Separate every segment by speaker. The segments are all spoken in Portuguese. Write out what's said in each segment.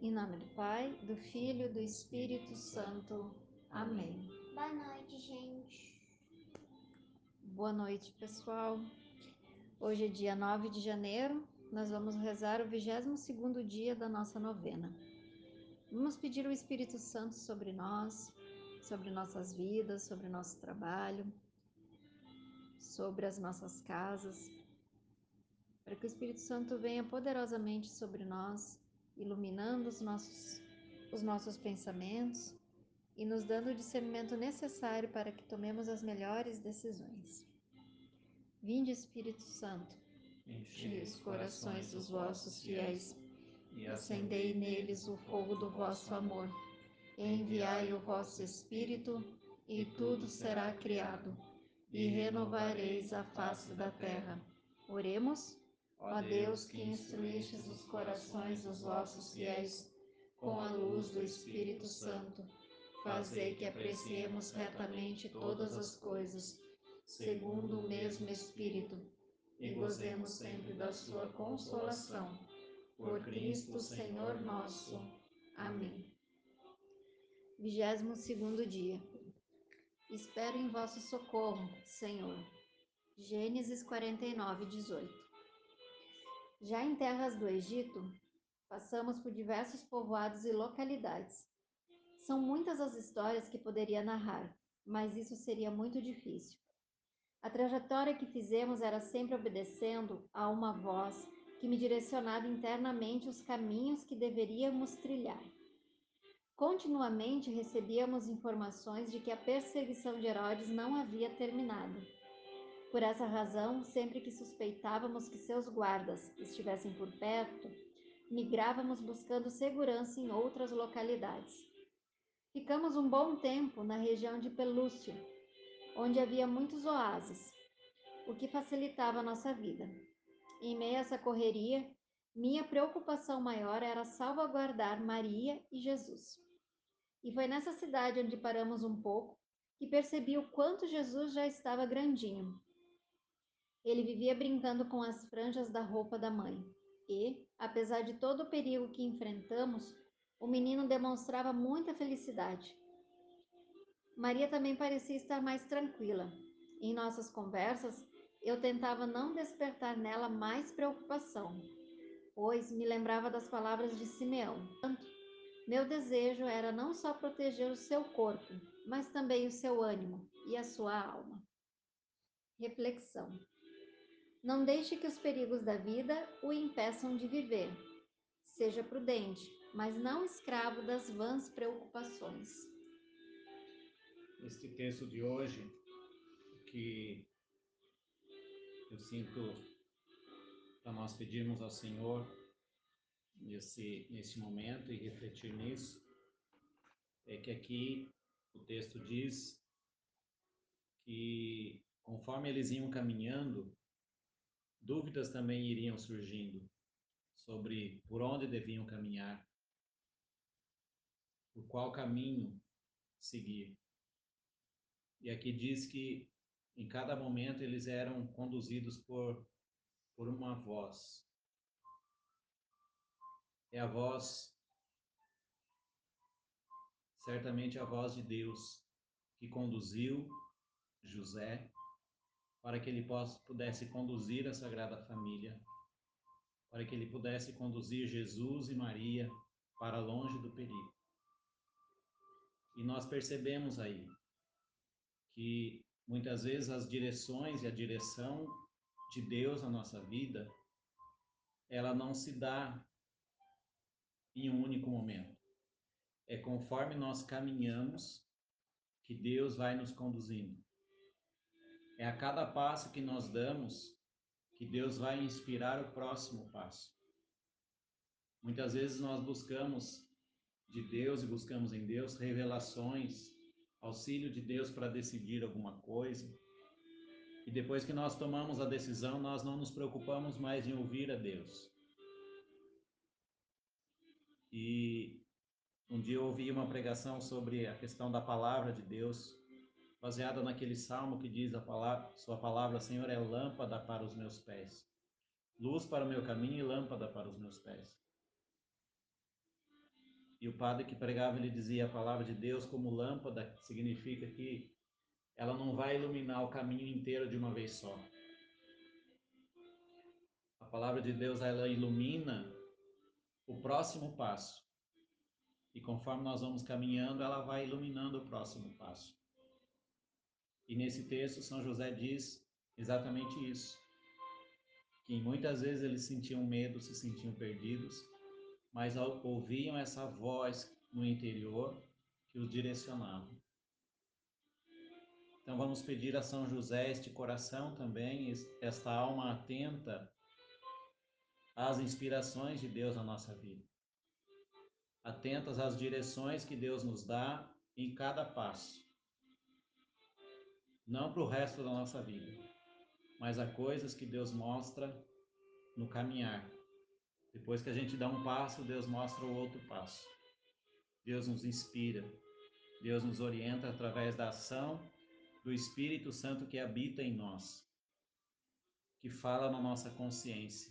Speaker 1: Em nome do Pai, do Filho e do Espírito Santo. Amém.
Speaker 2: Boa noite, gente.
Speaker 1: Boa noite, pessoal. Hoje é dia 9 de janeiro, nós vamos rezar o 22º dia da nossa novena. Vamos pedir o Espírito Santo sobre nós, sobre nossas vidas, sobre nosso trabalho, sobre as nossas casas, para que o Espírito Santo venha poderosamente sobre nós, iluminando os nossos, os nossos pensamentos e nos dando o discernimento necessário para que tomemos as melhores decisões. Vinde, Espírito Santo,
Speaker 3: Enchei
Speaker 1: enchei os corações dos vossos fiéis e acendei neles o fogo do vosso amor. Enviai o vosso Espírito, e tudo será criado, e renovareis a face da terra. Oremos, ó Deus, que instruístes os corações dos vossos fiéis com a luz do Espírito Santo, fazei que apreciemos retamente todas as coisas, segundo o mesmo Espírito, e gozemos sempre da sua consolação. Por Cristo, Senhor nosso. Amém. 22 dia. Espero em vosso socorro, Senhor. Gênesis 49, 18. Já em terras do Egito, passamos por diversos povoados e localidades. São muitas as histórias que poderia narrar, mas isso seria muito difícil. A trajetória que fizemos era sempre obedecendo a uma voz que me direcionava internamente os caminhos que deveríamos trilhar. Continuamente recebíamos informações de que a perseguição de Herodes não havia terminado. Por essa razão, sempre que suspeitávamos que seus guardas estivessem por perto, migrávamos buscando segurança em outras localidades. Ficamos um bom tempo na região de Pelúcio, onde havia muitos oásis, o que facilitava a nossa vida. Em meio a essa correria, minha preocupação maior era salvaguardar Maria e Jesus. E foi nessa cidade onde paramos um pouco que percebi o quanto Jesus já estava grandinho. Ele vivia brincando com as franjas da roupa da mãe. E, apesar de todo o perigo que enfrentamos, o menino demonstrava muita felicidade. Maria também parecia estar mais tranquila. Em nossas conversas, eu tentava não despertar nela mais preocupação, pois me lembrava das palavras de Simeão. Tanto, meu desejo era não só proteger o seu corpo, mas também o seu ânimo e a sua alma. Reflexão: Não deixe que os perigos da vida o impeçam de viver. Seja prudente, mas não escravo das vãs preocupações.
Speaker 3: Este texto de hoje, que eu sinto para nós pedirmos ao Senhor nesse, nesse momento e refletir nisso, é que aqui o texto diz que conforme eles iam caminhando, dúvidas também iriam surgindo sobre por onde deviam caminhar, por qual caminho seguir. E aqui diz que em cada momento eles eram conduzidos por por uma voz. É a voz certamente a voz de Deus que conduziu José para que ele possa, pudesse conduzir a Sagrada Família, para que ele pudesse conduzir Jesus e Maria para longe do perigo. E nós percebemos aí que muitas vezes as direções e a direção de Deus na nossa vida, ela não se dá em um único momento. É conforme nós caminhamos que Deus vai nos conduzindo. É a cada passo que nós damos que Deus vai inspirar o próximo passo. Muitas vezes nós buscamos de Deus e buscamos em Deus revelações, auxílio de Deus para decidir alguma coisa. E depois que nós tomamos a decisão, nós não nos preocupamos mais em ouvir a Deus. E um dia eu ouvi uma pregação sobre a questão da palavra de Deus, baseada naquele salmo que diz a palavra, sua palavra, Senhor, é lâmpada para os meus pés, luz para o meu caminho e lâmpada para os meus pés. E o padre que pregava, ele dizia a palavra de Deus como lâmpada, que significa que ela não vai iluminar o caminho inteiro de uma vez só. A palavra de Deus, ela ilumina o próximo passo. E conforme nós vamos caminhando, ela vai iluminando o próximo passo. E nesse texto, São José diz exatamente isso. Que muitas vezes eles sentiam medo, se sentiam perdidos, mas ao- ouviam essa voz no interior que os direcionava. Então vamos pedir a São José este coração também, es- esta alma atenta às inspirações de Deus na nossa vida. Atentas às direções que Deus nos dá em cada passo. Não para o resto da nossa vida, mas a coisas que Deus mostra no caminhar. Depois que a gente dá um passo, Deus mostra o outro passo. Deus nos inspira. Deus nos orienta através da ação do Espírito Santo que habita em nós, que fala na nossa consciência.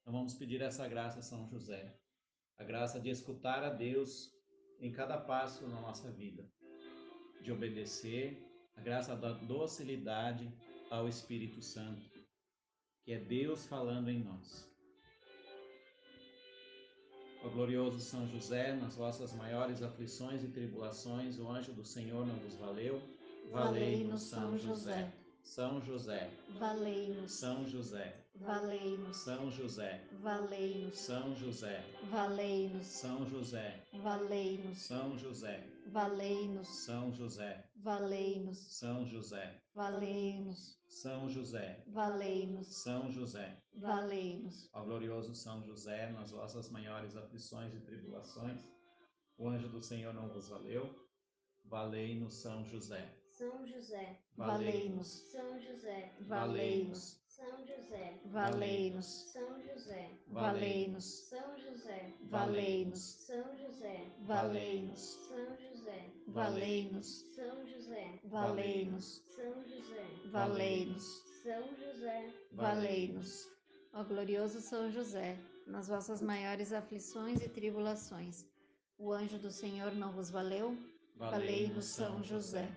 Speaker 3: Então vamos pedir essa graça a São José, a graça de escutar a Deus em cada passo na nossa vida, de obedecer, a graça da docilidade ao Espírito Santo, que é Deus falando em nós. Ó glorioso São José, nas vossas maiores aflições e tribulações, o anjo do Senhor não vos valeu.
Speaker 1: Valei-nos, São José.
Speaker 3: São José,
Speaker 1: Valei-nos,
Speaker 3: São José,
Speaker 1: valei-nos,
Speaker 3: São José,
Speaker 1: valei-nos,
Speaker 3: São José,
Speaker 1: valei-nos,
Speaker 3: São José,
Speaker 1: valei-nos,
Speaker 3: São José,
Speaker 1: valei-nos,
Speaker 3: São José,
Speaker 1: valei-nos,
Speaker 3: São José,
Speaker 1: valei-nos,
Speaker 3: São José,
Speaker 1: valei-nos,
Speaker 3: São José.
Speaker 1: valei-nos,
Speaker 3: Ó glorioso São José, nas vossas maiores aflições e tribulações, o anjo do Senhor não vos valeu. Valei-nos, São José.
Speaker 2: São José,
Speaker 1: valei-nos,
Speaker 2: São José,
Speaker 1: valei-nos,
Speaker 2: São José,
Speaker 1: valei-nos,
Speaker 2: São José,
Speaker 1: valei-nos,
Speaker 2: São José,
Speaker 1: valei-nos,
Speaker 2: São José,
Speaker 1: valei-nos,
Speaker 2: São José,
Speaker 1: valei-nos,
Speaker 2: São José,
Speaker 1: valei-nos,
Speaker 2: São José,
Speaker 1: valei-nos.
Speaker 2: São José,
Speaker 1: Valei-nos, ó glorioso São José, nas vossas maiores aflições e tribulações. O anjo do Senhor não vos valeu? Valei-nos, São José.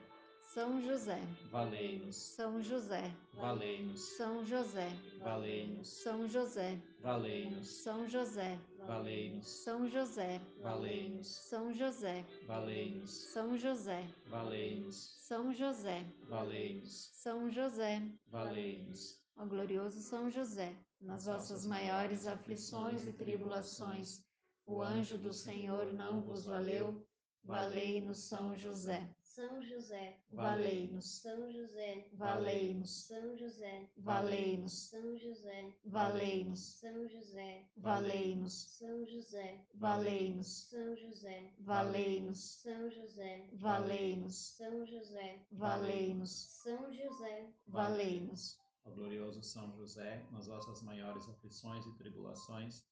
Speaker 1: São José,
Speaker 3: Valei-nos,
Speaker 1: São José,
Speaker 3: valei-nos,
Speaker 1: São José,
Speaker 3: valei-nos,
Speaker 1: São José,
Speaker 3: valei-nos,
Speaker 1: São José,
Speaker 3: valei-nos,
Speaker 1: São José,
Speaker 3: valei-nos,
Speaker 1: São José,
Speaker 3: valei-nos,
Speaker 1: São José,
Speaker 3: valei-nos,
Speaker 1: São José,
Speaker 3: valei-nos,
Speaker 1: São José.
Speaker 3: valei-nos,
Speaker 1: Ó glorioso São José, nas vossas maiores aflições e tribulações, o anjo do Senhor não vos valeu. Valei-nos, São José.
Speaker 2: São José,
Speaker 1: Valei-nos,
Speaker 2: São José,
Speaker 1: valei-nos,
Speaker 2: São José,
Speaker 1: valei-nos,
Speaker 2: São José,
Speaker 1: valei-nos,
Speaker 2: São José,
Speaker 1: valei-nos,
Speaker 2: São José,
Speaker 1: valei-nos,
Speaker 2: São José,
Speaker 1: valei-nos,
Speaker 2: São José,
Speaker 1: valei-nos,
Speaker 2: São José,
Speaker 1: valei-nos,
Speaker 2: São José,
Speaker 1: valei-nos,
Speaker 3: Ó glorioso São José, nas vossas maiores aflições e tribulações,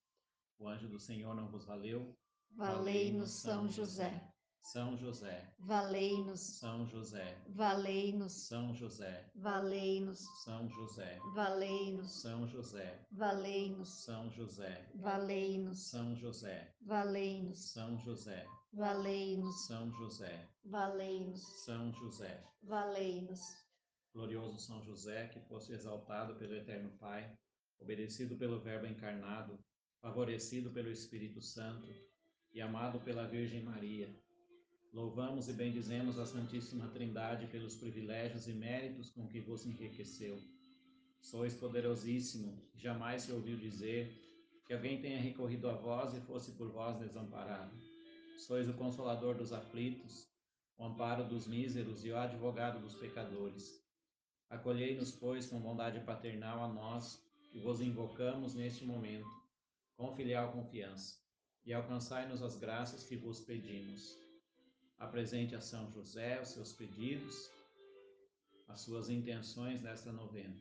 Speaker 3: o anjo do Senhor não vos valeu.
Speaker 1: valei-nos, São José.
Speaker 3: São José,
Speaker 1: Valei-nos,
Speaker 3: São José,
Speaker 1: valei-nos,
Speaker 3: São José,
Speaker 1: valei-nos,
Speaker 3: São José,
Speaker 1: valei-nos,
Speaker 3: São José,
Speaker 1: valei-nos,
Speaker 3: São José,
Speaker 1: valei-nos,
Speaker 3: São José,
Speaker 1: valei-nos,
Speaker 3: São José,
Speaker 1: valei-nos,
Speaker 3: São José,
Speaker 1: valei-nos,
Speaker 3: São José.
Speaker 1: valei-nos.
Speaker 3: Glorioso São José, que fosse exaltado pelo Eterno Pai, obedecido pelo Verbo encarnado, favorecido pelo Espírito Santo e amado pela Virgem Maria. Louvamos e bendizemos a Santíssima Trindade pelos privilégios e méritos com que vos enriqueceu. Sois poderosíssimo, jamais se ouviu dizer que alguém tenha recorrido a vós e fosse por vós desamparado. Sois o consolador dos aflitos, o amparo dos míseros e o advogado dos pecadores. Acolhei-nos, pois, com bondade paternal a nós, que vos invocamos neste momento, com filial confiança, e alcançai-nos as graças que vos pedimos. Apresente a São José os seus pedidos, as suas intenções nesta novena.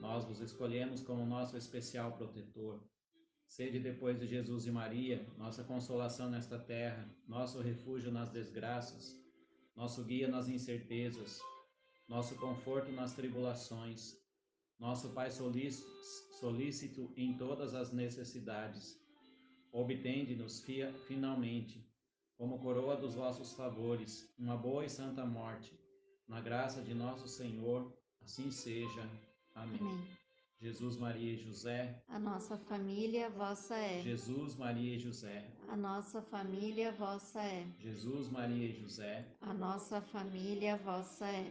Speaker 3: Nós vos escolhemos como nosso especial protetor. Sede depois de Jesus e Maria, nossa consolação nesta terra, nosso refúgio nas desgraças, nosso guia nas incertezas, nosso conforto nas tribulações, nosso Pai solícito, solícito em todas as necessidades. Obtende-nos fia- finalmente, como coroa dos vossos favores, uma boa e santa morte. Na graça de nosso Senhor, assim seja. Amém.
Speaker 1: Amém.
Speaker 3: Jesus, Maria e José,
Speaker 1: A nossa família vossa é.
Speaker 3: Jesus, Maria e José,
Speaker 1: A nossa família vossa é.
Speaker 3: Jesus, Maria e José,
Speaker 1: A nossa família vossa é.